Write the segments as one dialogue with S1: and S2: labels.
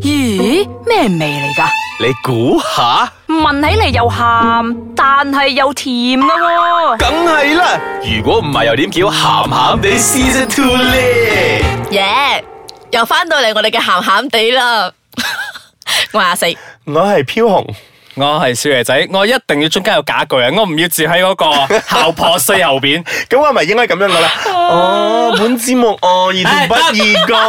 S1: 咦，咩味嚟噶？
S2: 你估下，
S1: 聞起嚟又鹹，但係又甜噶喎、
S2: 梗係啦。如果唔係，又點叫鹹鹹地 Season Two 咧？
S3: 耶！又翻到嚟我哋嘅鹹鹹地啦， 我係阿四，
S2: 我係飄紅，
S4: 我係少爺仔，我一定要中間有假句啊！我唔要住喺 嗰個姣婆衰後邊。
S2: 咁我咪應該咁樣噶啦。哦，本節目哦，兒童不宜
S3: 哎
S2: 哦噶。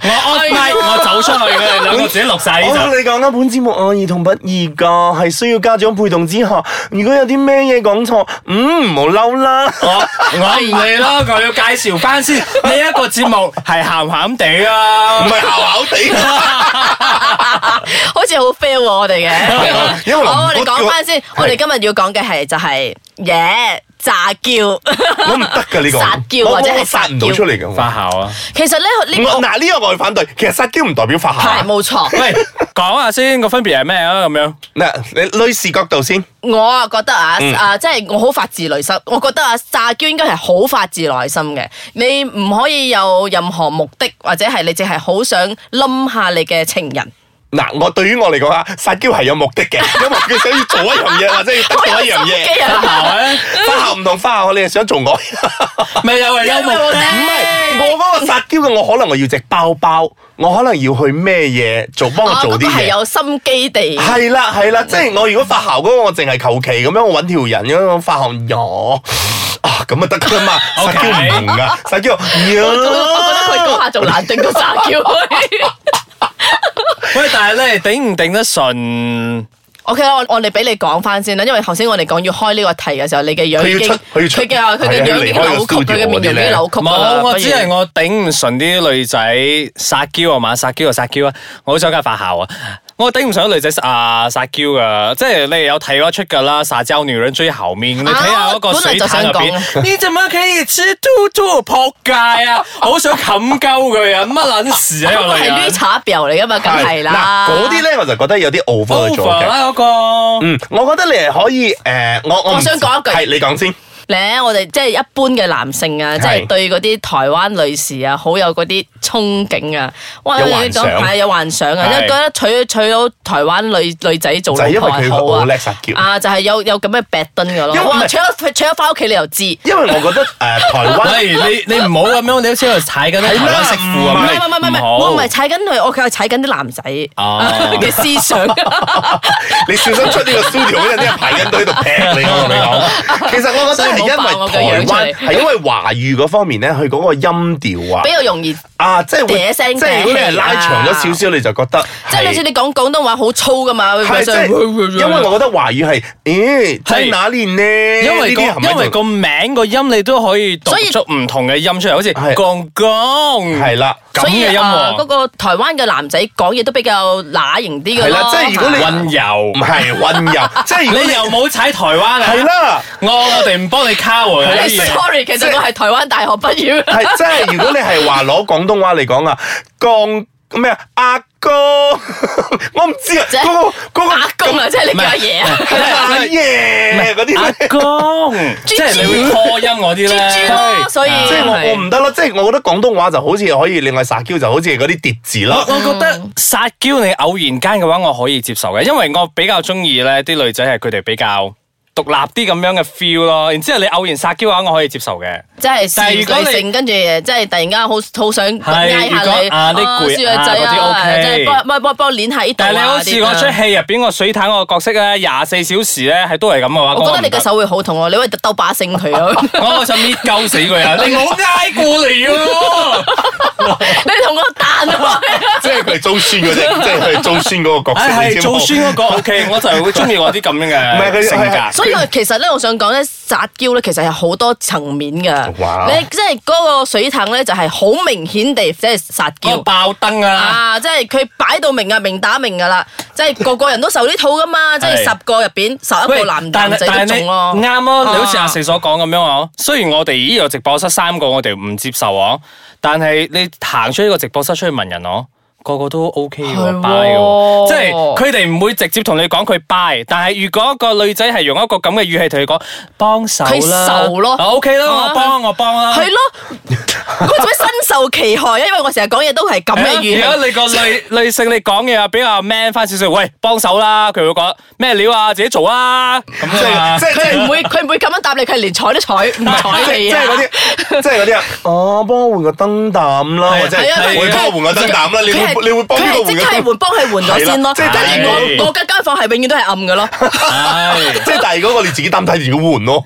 S4: 我 off 麥我走出去，我哋兩個自己錄晒
S3: 哎
S4: 呢
S2: 我同
S4: 度。
S2: 你講啦，本節目哦我兒童不宜噶，係需要家長陪同之下。如果有啲咩嘢講錯，嗯，唔好嬲 啦。
S4: 我我唔理啦，我要介紹翻先。呢一個節目係鹹鹹地啊，
S2: 係姣姣地。
S3: 好似好 fail 喎我哋嘅。
S2: 啊因為林
S3: 好，我哋
S2: 哥叫
S3: 講翻先，我哋今日要講嘅係就係耶炸 叫，
S2: 我唔得噶呢個，
S3: 撒嬌
S2: 我
S3: 或者係
S2: 我
S3: 撒
S2: 殺
S3: 嬌
S2: 唔到出嚟噶。
S4: 發姣啊！
S3: 其實咧呢
S2: 我
S3: 個
S2: 嗱呢個我係反對，其實撒嬌唔代表發
S3: 係
S2: 姣。
S3: 冇錯。
S4: 喂，講下先個分別係咩啊？咁樣
S2: 嗱，你女士角度先，
S3: 我啊覺得啊，
S2: 嗯
S3: 啊即係我好發自內心，我覺得啊炸嬌應該係好發自內心嘅，你唔可以有任何目的，或者係你淨係好想冧下你嘅情人。
S2: 嗱，我對於我嚟講啊，撒嬌係有目的 嘅，因為佢想要做一樣嘢或者要得到一樣嘢。
S4: 發
S3: 啊
S4: 姣咧，
S2: 花姣唔同花姣，你係想做我。
S4: 咪又係幽默
S2: 唔係，我嗰個撒嬌嘅，我可能我要隻包包，我可能要去咩嘢做，幫我
S3: 啊
S2: 做
S3: 嗰個
S2: 啲
S3: 係
S2: 嘢。
S3: 有心機地。
S2: 係啦係啦，即係我如果發姣嗰個，我淨係求其咁樣，我揾條人咁樣發姣我啊咁啊得噶 嘛，撒
S4: OK
S2: 嬌唔同噶，撒嬌
S3: 我覺得
S2: 呀
S3: 佢嗰下仲難定過撒嬌。
S4: 喂，但係咧頂唔頂得順？
S3: OK 啦，我我哋俾你講翻先啦，因為頭先我哋講要開呢個題嘅時候，你嘅
S2: 佢
S3: 樣
S2: 要
S3: 已經
S2: 出佢要出
S3: 佢嘅佢嘅
S2: 係啊
S3: 樣已經
S2: 離開個
S3: 扭曲，佢
S2: studio
S3: 嘅面容
S2: 嗰
S3: 已經
S2: 啲呢
S3: 扭曲啦
S4: 冇，我
S3: 啊不如
S4: 只係我頂唔順啲女仔撒嬌啊嘛，撒嬌啊撒嬌啊，我好想加發姣啊！我頂唔順啲女仔啊撒嬌噶，即係你有睇得出噶啦，撒嬌女人追後面，你睇下嗰個水潭入
S3: 啊
S4: 邊，你怎麼可以吃兔兔撲街啊！我好想冚鳩佢啊！乜撚 事啊？
S3: 嗰個
S4: 個女
S3: 係
S4: 人
S3: 綠茶婊嚟噶嘛，梗係啦。
S2: 嗱，嗰啲咧我就覺得有啲 over 咗
S4: over
S2: 嘅。
S4: 啦嗰個。
S2: 嗯，我覺得你係可以誒、呃我我唔
S3: 我想講一句
S2: 係你講先。
S3: 咧，我哋即係一般嘅男性啊，即係對嗰啲台灣女士啊，好有嗰啲憧憬啊，哇！
S2: 有幻想
S3: 係有幻想啊，
S4: 係
S3: 因為覺得娶娶到台灣女女仔做
S2: 就係因
S3: 老
S2: 為佢
S3: 婆係好
S2: 好
S3: 啊
S2: 叻撒嬌，
S3: 啊，就係有有咁嘅 b a d 嘅咯
S2: 因，為唔
S3: 哇！
S2: 係
S3: 娶咗娶咗翻屋企你又知。
S2: 因為我覺得誒、呃台灣
S4: 喂，你你唔好咁樣，你好似喺度踩緊啲台灣媳
S3: 唔
S4: 婦啊咁
S3: 係
S4: 你
S3: 唔係唔係唔係，
S4: 好
S3: 我唔係踩緊佢，我佢係踩緊啲男仔
S4: 哦
S3: 嘅 思想。
S2: 你小心出呢個 studio 嗰陣，啲人排緊隊喺度劈你，我同你 講。其實我覺得係因為台灣係因為華語嗰方面咧，佢嗰個音調啊
S3: 比，較容易，
S2: 啊即係會
S3: 嗲聲
S2: 即係如果你係拉長咗少少，你就覺得
S3: 即係好似
S2: 係
S3: 你講廣東話好粗噶嘛，
S2: 係即係，因為我覺得華語係咦在
S4: 係
S2: 哪裡呢？
S4: 因為
S2: 呢
S4: 個
S2: 啲係咪
S4: 因為
S2: 就
S4: 個名個音你都可以讀
S3: 所以
S4: 出唔同嘅音出嚟，好似
S2: 係
S4: 公公
S2: 係啦。
S4: 咁
S3: 所以
S4: 嘅音
S3: 啊嗰
S4: 樂，
S3: 個台灣嘅男仔講嘢都比較乸型啲嘅
S2: 係啦
S3: 咯。
S2: 即係如果你
S4: 温柔
S2: 唔。係温柔， 即係如果
S4: 你又冇踩台灣啊？
S2: 係，啦。
S4: 我我哋唔幫你 cover 啊呢
S3: 係
S4: 啲嘢
S3: 哎 sorry，其實我係台灣大學畢業。
S2: 係即係如果你係話攞廣東話嚟講啊，降咩啊阿哥， 我唔知啊，
S3: 即係
S2: 嗰個嗰
S3: 阿
S2: 個
S3: 公啊，即係你叫阿爺啊，
S2: 係啦阿爺嗰啲
S4: 阿
S2: 咧。
S4: 公，即係你會拖音嗰啲
S3: 豬豬
S4: 咧。
S3: 咯，所以
S2: 即係我我唔得啦，即係我覺得廣東話就好似可以，另外撒嬌就好似嗰啲疊字
S4: 我
S3: 哦
S2: 啦。
S4: 我覺得撒嬌你偶然間嘅話，我可以接受嘅，因為我比較中意咧啲女仔係佢哋比較獨立啲咁樣嘅 feel 咯。然之後你偶然撒嬌嘅話，我可以接受嘅。
S3: 即係事
S4: 但係如
S3: 業
S4: 果
S3: 女性，
S4: 你
S3: 跟住即係突然間好好想
S4: 係
S3: 挨下
S4: 如果
S3: 你，
S4: 啊你攰
S3: 小女仔
S4: 啊嗰啲
S3: 啊，
S4: OK
S3: 即係幫幫幫幫我捏下呢度啊
S4: 但係你好似
S3: 啲
S4: 嗰
S3: 啊
S4: 出戲入邊個水坦個角色咧，廿四小時咧係都係咁嘅話，
S3: 我覺得你
S4: 個
S3: 個，手會好痛喎，你可以兜把性佢啊！
S4: 我想搣鳩死 佢啊！你冇挨過嚟啊！
S3: 你同我彈 啊！
S2: 即係佢係租孫嗰啫，即係佢係租孫嗰個角色。
S4: 唉，
S2: 你
S4: 係
S2: 知冇
S4: 做孫嗰個 OK，我就會中意我啲咁樣
S2: 唔係
S4: 嘅
S2: 佢
S4: 性
S2: 係
S4: 格。
S3: 所以我其實咧，我想講咧，撒嬌咧其實係好多層面㗎。
S2: 哇
S3: 你即係嗰個水藤咧，就係好明顯地即係撒
S4: 嗰個
S3: 嬌。
S4: 爆燈啊！
S3: 啊！即係佢擺到明啊，明打明㗎啦，即係個個人都受呢套㗎嘛，即係十個入邊十一個男
S4: 但
S3: 男
S4: 係
S3: 仔
S4: 但
S3: 都中
S4: 係你
S3: 咯。
S4: 啱咯，你好似
S3: 啊
S4: 阿四所講咁樣哦。雖然我哋呢個直播室三個我哋唔接受哦，但係你行出呢個直播室出去問人哦，個個都 OK
S3: 係
S4: 喎
S3: 喎
S4: ，buy 喎，即係佢哋唔會直接同你講佢 buy，但係如果個女仔係用一個咁嘅語氣同你講幫手
S3: 佢
S4: 啦，
S3: 受咯
S4: 啊，OK 啦，
S3: 啊
S4: 我幫我幫啦，
S3: 係咯，我做咩深受其害啊？因為我成日講嘢都係咁
S2: 啊
S3: 嘅語氣。
S4: 啊如果你個女女性你講嘢啊，比較 man 翻少少，喂幫手啦，佢會講咩料啊，自己做啊，咁啊
S2: 即係即係
S3: 佢唔會佢唔會咁樣答你，佢係連睬都睬唔睬
S2: 即
S3: 你
S2: 係
S3: 啊！
S2: 嗰啲，即係嗰啲啊！啊，幫我換個燈膽啦，
S4: 係啊
S2: 或者
S3: 係啊係啊
S2: 會幫我換個燈膽啦，你
S3: 佢
S2: 會
S3: 係
S2: 你會幫邊個
S3: 佢係
S2: 換
S3: 即
S2: 個
S3: 刻係
S2: 燈
S3: 換，幫佢換咗先
S2: 係啦
S3: 咯。
S2: 即係
S3: 跟住
S4: 係
S3: 我我間間房係永遠都係暗嘅咯。
S4: 係。
S2: 即係但係嗰個你自己擔睇住佢換咯。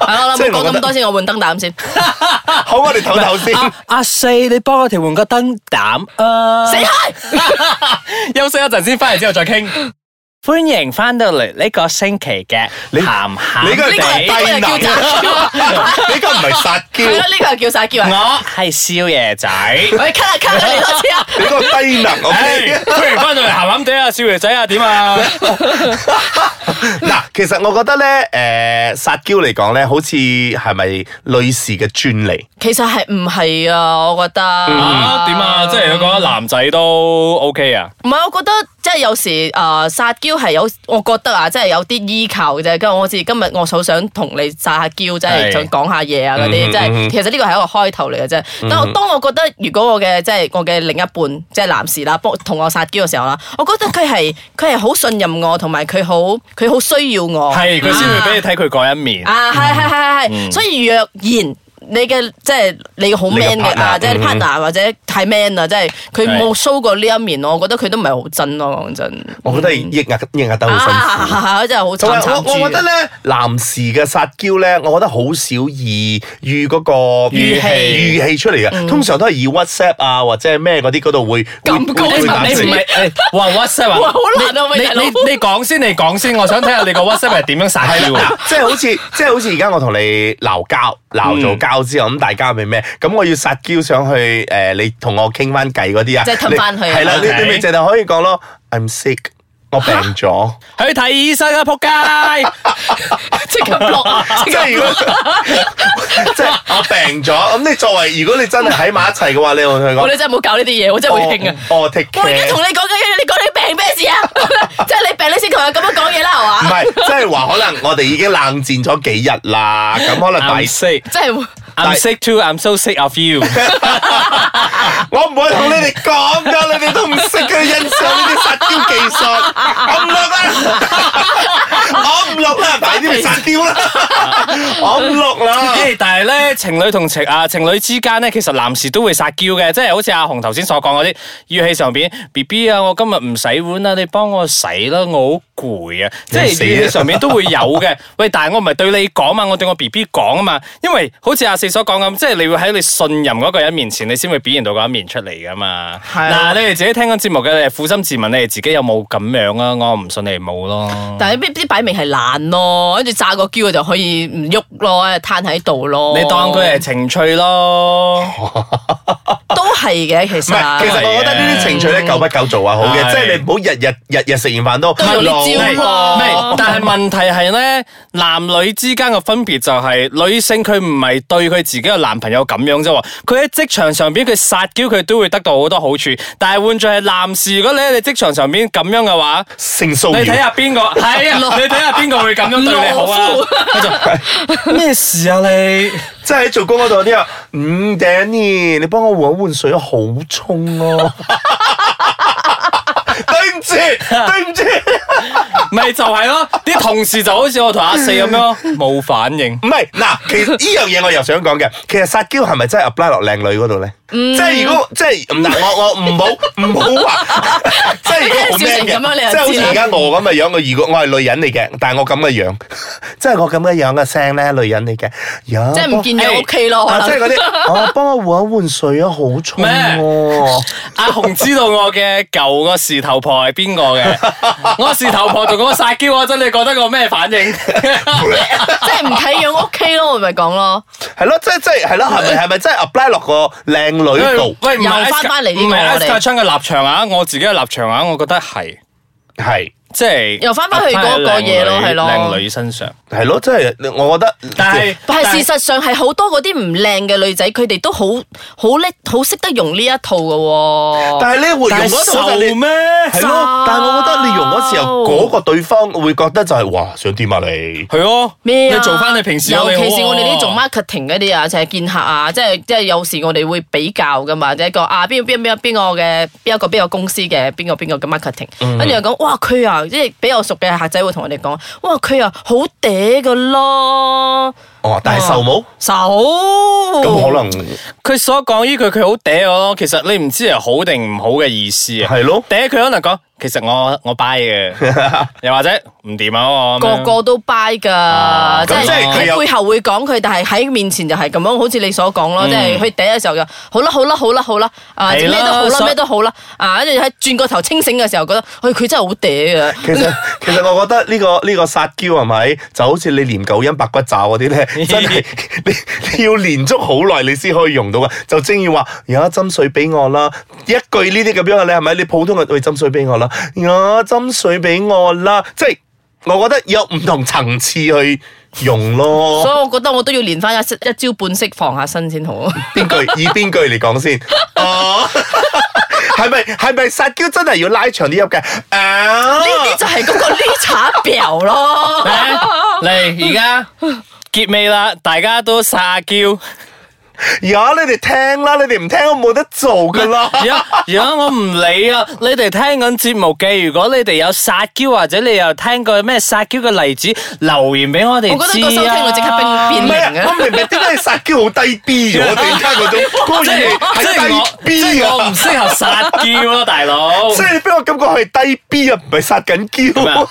S3: 係咯，我
S2: 即係
S3: 諗
S2: 我
S3: 講
S2: 覺得嗯
S3: 咁多啊先，我換燈膽先。死
S2: 好，我哋唞唞先。
S4: 阿阿四，你幫我哋換個燈膽啊！
S3: 開！
S4: 休息一陣先，翻嚟之後再傾。歡迎翻到嚟呢個星期嘅
S2: 你
S4: 鹹
S3: 啊
S4: 鹹
S2: 你
S4: 哋
S2: 嗰個係低能， 你嗰個唔係撒
S3: 係
S2: 嬌
S3: 啦，，呢個係叫撒嬌啊！
S4: 我係少爺仔。
S3: 喂，cut 啊 cut 啊，你多次啊！
S2: 你嗰個低能。OK。
S4: 歡迎翻到嚟鹹鹹哋啊，少爺仔啊，點啊？
S2: 嗱，其實我覺得咧，诶，撒嬌嚟講咧，好似係咪女士嘅專利？
S3: 其實係唔係啊？我覺得
S2: 嗯
S4: 啊，點啊？即係佢講男仔都 OK à? 啊？
S3: 唔係，我覺得即係有時誒、呃、撒嬌係有，我覺得啊，即係有啲依靠嘅啫。跟住我好似今日我好想同你撒下嬌，即
S4: 係嗯
S3: 係想講下嘢啊嗰啲，即係其實呢個係一個開頭嚟嘅啫。但我當我覺得如果我嘅即係我嘅另一半即係男士啦，幫同我撒嬌嘅時候啦，我覺得佢係佢係好信任我，同埋佢好佢好需要我。
S4: 係，佢先
S3: À.
S4: 會俾你睇佢嗰一
S2: 嗯
S4: 面。
S3: 啊，係係係係係，所以若然。你嘅即係你好
S2: 你嘅
S3: man 嘅
S2: partner，
S3: 啊，即係
S2: 嗯
S3: partner 或者太 man 啊，即係佢
S4: 係
S3: 冇 show 過呢一面，我覺得佢都唔係好真咯，講真。
S2: 我覺得係抑壓抑壓得好辛苦。
S3: 嗯啊， 真係好
S2: 同埋
S3: 慘
S2: 我
S3: 慘
S2: 我覺得
S3: 豬。
S2: 咧，男士嘅撒嬌咧，我覺得好少以語嗰個
S3: 語氣嗯
S2: 語氣出嚟嘅，通常都係以 WhatsApp 啊或者係咩嗰啲嗰度會
S3: 咁高
S2: 會會
S4: 你唔
S2: 打
S4: 你
S2: 成
S4: 唔係誒哇 WhatsApp 啊？
S3: 哇好難啊
S4: 你
S3: 喂大佬
S4: 你你講先，你講先，我想睇下你個 WhatsApp 係點樣撒嬌啊？
S2: 即係好似，即係好似而家我同你鬧交，鬧
S4: 嗯
S2: 咗交之後，咁大家咪咩？咁我要撒嬌上去，誒，你同我傾翻偈嗰啲啊，
S3: 即係氹返佢啊
S2: 係啦，你
S4: OK
S2: 你咪淨係可以講咯，I'm sick，我病 咗。
S4: 去睇醫生啊！仆街！
S3: 即刻落啊！
S2: 即係如果 即係我病咗，咁你作為如果你真係喺埋一齊嘅話，你會同佢
S3: 我
S2: 講
S3: 哋真係冇搞呢啲嘢，我真係會興啊！
S2: 我我 take
S3: 我而家
S2: care
S3: 同你講緊嘢，你講你病咩事啊？ 即係你病你先同我咁樣講嘢啦，係
S2: 唔
S3: 嘛？
S2: 係，即係話可能我哋已經冷戰咗幾日啦，咁可能 大
S4: I'm sick.
S3: 即係
S4: I'm sick too. I'm so sick of you.
S2: 我唔會同你哋講噶，你哋都唔識嘅欣賞呢啲撒嬌技術，啊我唔錄啦，我唔錄啦，快啊啲去撒嬌啦，啊我唔錄啦。
S4: 誒，但係咧，情侶同情啊情侶之間咧，其實男士都會撒嬌嘅，即係好似阿紅頭先所講嗰啲語氣上邊，B B 啊，我今日唔洗碗啦，你幫我洗啦，我好 攰啊，即係
S2: 你死啊
S4: 語氣上面都會有嘅。喂，但係我唔係對你講嘛，我對我 B B 講啊嘛，因為好似阿四所講咁，即係你會喺你信任嗰個人面前，你先會表現到嗰一面出嚟噶嘛。
S3: 係啊
S4: 嗱，你哋自己聽緊節目嘅，你哋負心自問，你哋自己有冇咁樣啊？我唔信你哋冇咯。
S3: 但係呢啲擺明係懶咯，跟住炸個嬌就可以唔喐咯，攤喺度咯。
S4: 你當佢係情趣咯。
S3: 都係啊嘅，其
S2: 唔係，其
S3: 實。
S2: 實我覺得呢啲情趣咧夠不夠做啊，好嘅，
S4: 係
S2: 即係你唔好日日日日食完飯都
S3: 都用呢招
S2: 錄
S4: 唔
S3: 喎
S4: 係，但係問題係咧，男女之間嘅分別就係、女性佢唔係對佢自己嘅男朋友咁樣啫喎，佢喺職場上邊佢撒嬌佢都會得到好多好處，但係換做係男士，如果你喺你職場上邊咁樣嘅話，
S2: 性
S4: 你
S2: 騷
S4: 睇
S2: 擾。
S4: 下邊個 係啊？你睇下邊個會咁樣對你好啊？佢就 咩事啊你？
S2: 即係喺做工嗰度有啲啊，嗯，Danny，你幫我換一換水，好沖哦。 對唔住，對唔住，
S4: 咪就係咯，啲同事就好似我同阿四咁樣冇反應。
S2: 唔係嗱，其實呢樣嘢我又想講嘅，其實撒嬌係咪真係 apply 落靚女嗰度咧？
S3: 嗯
S2: 即係如果即係嗱，我我唔好唔好話， 即係如果我
S3: 你睇
S2: man
S3: 你
S2: 嘅，即係好
S3: 笑成咁樣啊你就
S2: 似
S3: 知啦
S2: 而家我咁嘅樣，我如果我係女人嚟嘅，但係我咁嘅樣， 即係我咁嘅樣嘅聲咧，女人嚟嘅，
S3: 即係唔見咗 OK 咯，可
S2: 啊啊，即係
S3: 能。
S2: 嗰啲， 我幫我換一換水啊，好重 喎。
S4: 阿紅知道我嘅舊個事頭婆係邊個嘅？ 我事頭婆同我撒嬌嗰陣，你覺得我咩反應？
S3: 即係唔睇樣 OK 咯，我咪 講咯。
S2: 係咯，即係即係係咯，係咪係咪真係 apply 落個靚女度？
S4: 喂，唔係
S3: 又翻返嚟呢個
S4: 唔係
S3: 我哋
S4: S 卡昌嘅立場啊，我自己嘅立場啊，我覺得係。
S2: 係
S4: 即係
S3: 又返返去嗰個嘢咯係咯
S4: 靚女身上，
S2: 係咯，真係我覺得，
S4: 但係
S3: 但係事實上係好多嗰啲唔靚嘅女仔，佢哋都好好叻，好識得用呢一套嘅喎。
S2: 但係咧會用
S4: 但係
S2: 嗰套
S4: 瘦
S2: 就你
S4: 咩？
S2: 係咯，但係我覺得你用嗰時候，嗰個對方會覺得就係哇想點啊你，
S4: 係咯，
S3: 咩啊
S4: 你做翻你平時
S3: 尤
S4: 有你好
S3: 其是
S4: 喎
S3: 我哋呢啲做 marketing 嗰啲啊，就係見客啊，即係即係有時我哋會比較噶嘛，即係講啊邊邊邊邊個嘅邊一個邊個公司嘅邊個邊個嘅 marketing，跟住
S4: 嗯
S3: 又講哇佢啊，即係比較熟嘅客仔會同我哋講，哇佢啊好嗲噶咯，
S2: 哦，但係瘦冇，
S3: 手
S2: 咁
S3: 咁
S2: 可能
S4: 佢所講呢句佢好嗲我咯，其實你唔知係好定唔好嘅意思啊。
S2: 係咯。
S4: 嗲佢可能講，其實我我 buy 嘅，又或者唔掂啊我。咁樣
S3: 個個都 buy 噶，即
S2: 咁即係
S3: 係
S2: 佢有
S3: 喺背後會講佢，但係喺面前就係咁樣，好似你所講咯，即係佢嗲嘅時候就好啦，好啦，好啦，好啦，啊
S4: 係
S3: 咩
S4: 啦
S3: 都好啦，
S4: 所
S3: 咩都好啦，啊跟住喺轉個頭清醒嘅時候覺得，哎佢真係好嗲啊！
S2: 其實 其實我覺得呢、個呢、個撒嬌係咪就好似你練九陰白骨爪嗰啲咧，真係你你要練足好耐你先可以用到嘅。就正如話有一針水俾我啦，一句呢啲咁樣嘅你係咪？你普通嘅喂針水俾我啦，有一針水俾我啦，即係我覺得有唔同層次去用
S3: 所
S2: 咯。
S3: 以我覺得我都要練翻一一招半式防下身先好。
S2: 邊句以邊句嚟講先？哦，係咪係咪撒嬌真係要拉長啲音嘅？啊！
S3: 呢啲就係嗰個呢 茶表 咯。
S4: 嚟而家結尾啦，大家都撒嬌。
S2: 而家你哋聽啦，你哋唔聽我冇得做噶啦。
S4: 而家而家我唔理啊！你哋聽緊節目嘅，如果你哋有撒嬌或者你又聽過咩撒嬌嘅例子，留言俾我哋
S3: 我覺得個
S4: 知
S3: 收
S4: 啊
S3: 聽率即刻
S2: 唔
S3: 變變
S2: 係
S3: 零
S2: 啊，
S3: 啊！
S2: 我明明點解你殺機好低 B 咗？突然間嗰種嗰個
S4: 即係
S2: 嘢
S4: 即係我
S2: 係低
S4: 即
S2: B
S4: 係我
S2: 啊
S4: 唔！適合撒嬌咯，大佬。
S2: 即係你俾我感覺係低 B 啊，唔係殺緊
S4: 啊
S2: 嬌。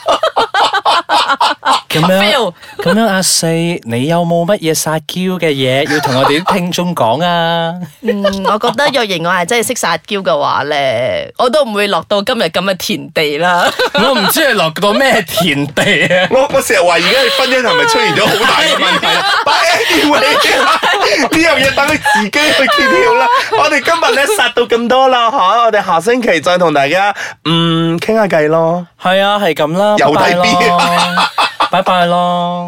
S4: 咁
S3: Fail
S4: 樣咁樣，阿四，你有冇乜嘢撒嬌嘅嘢要同我哋啲聽眾講啊？
S3: 嗯，我覺得若然我係真係識撒嬌嘅話咧，我都唔會落到今日咁嘅田地啦。
S4: 我唔知你落到咩田地啊！
S2: 我我成日話而家你婚姻係咪出現咗好大嘅問題啊？但係 anyway，呢樣嘢等佢自己去揭曉啦。我哋今日咧殺到咁多啦吓，我哋下星期再同大家嗯傾下偈咯。
S4: 係啊，係咁啦，
S2: 又
S4: 拜拜
S2: 睇邊
S4: 咯，拜拜咯。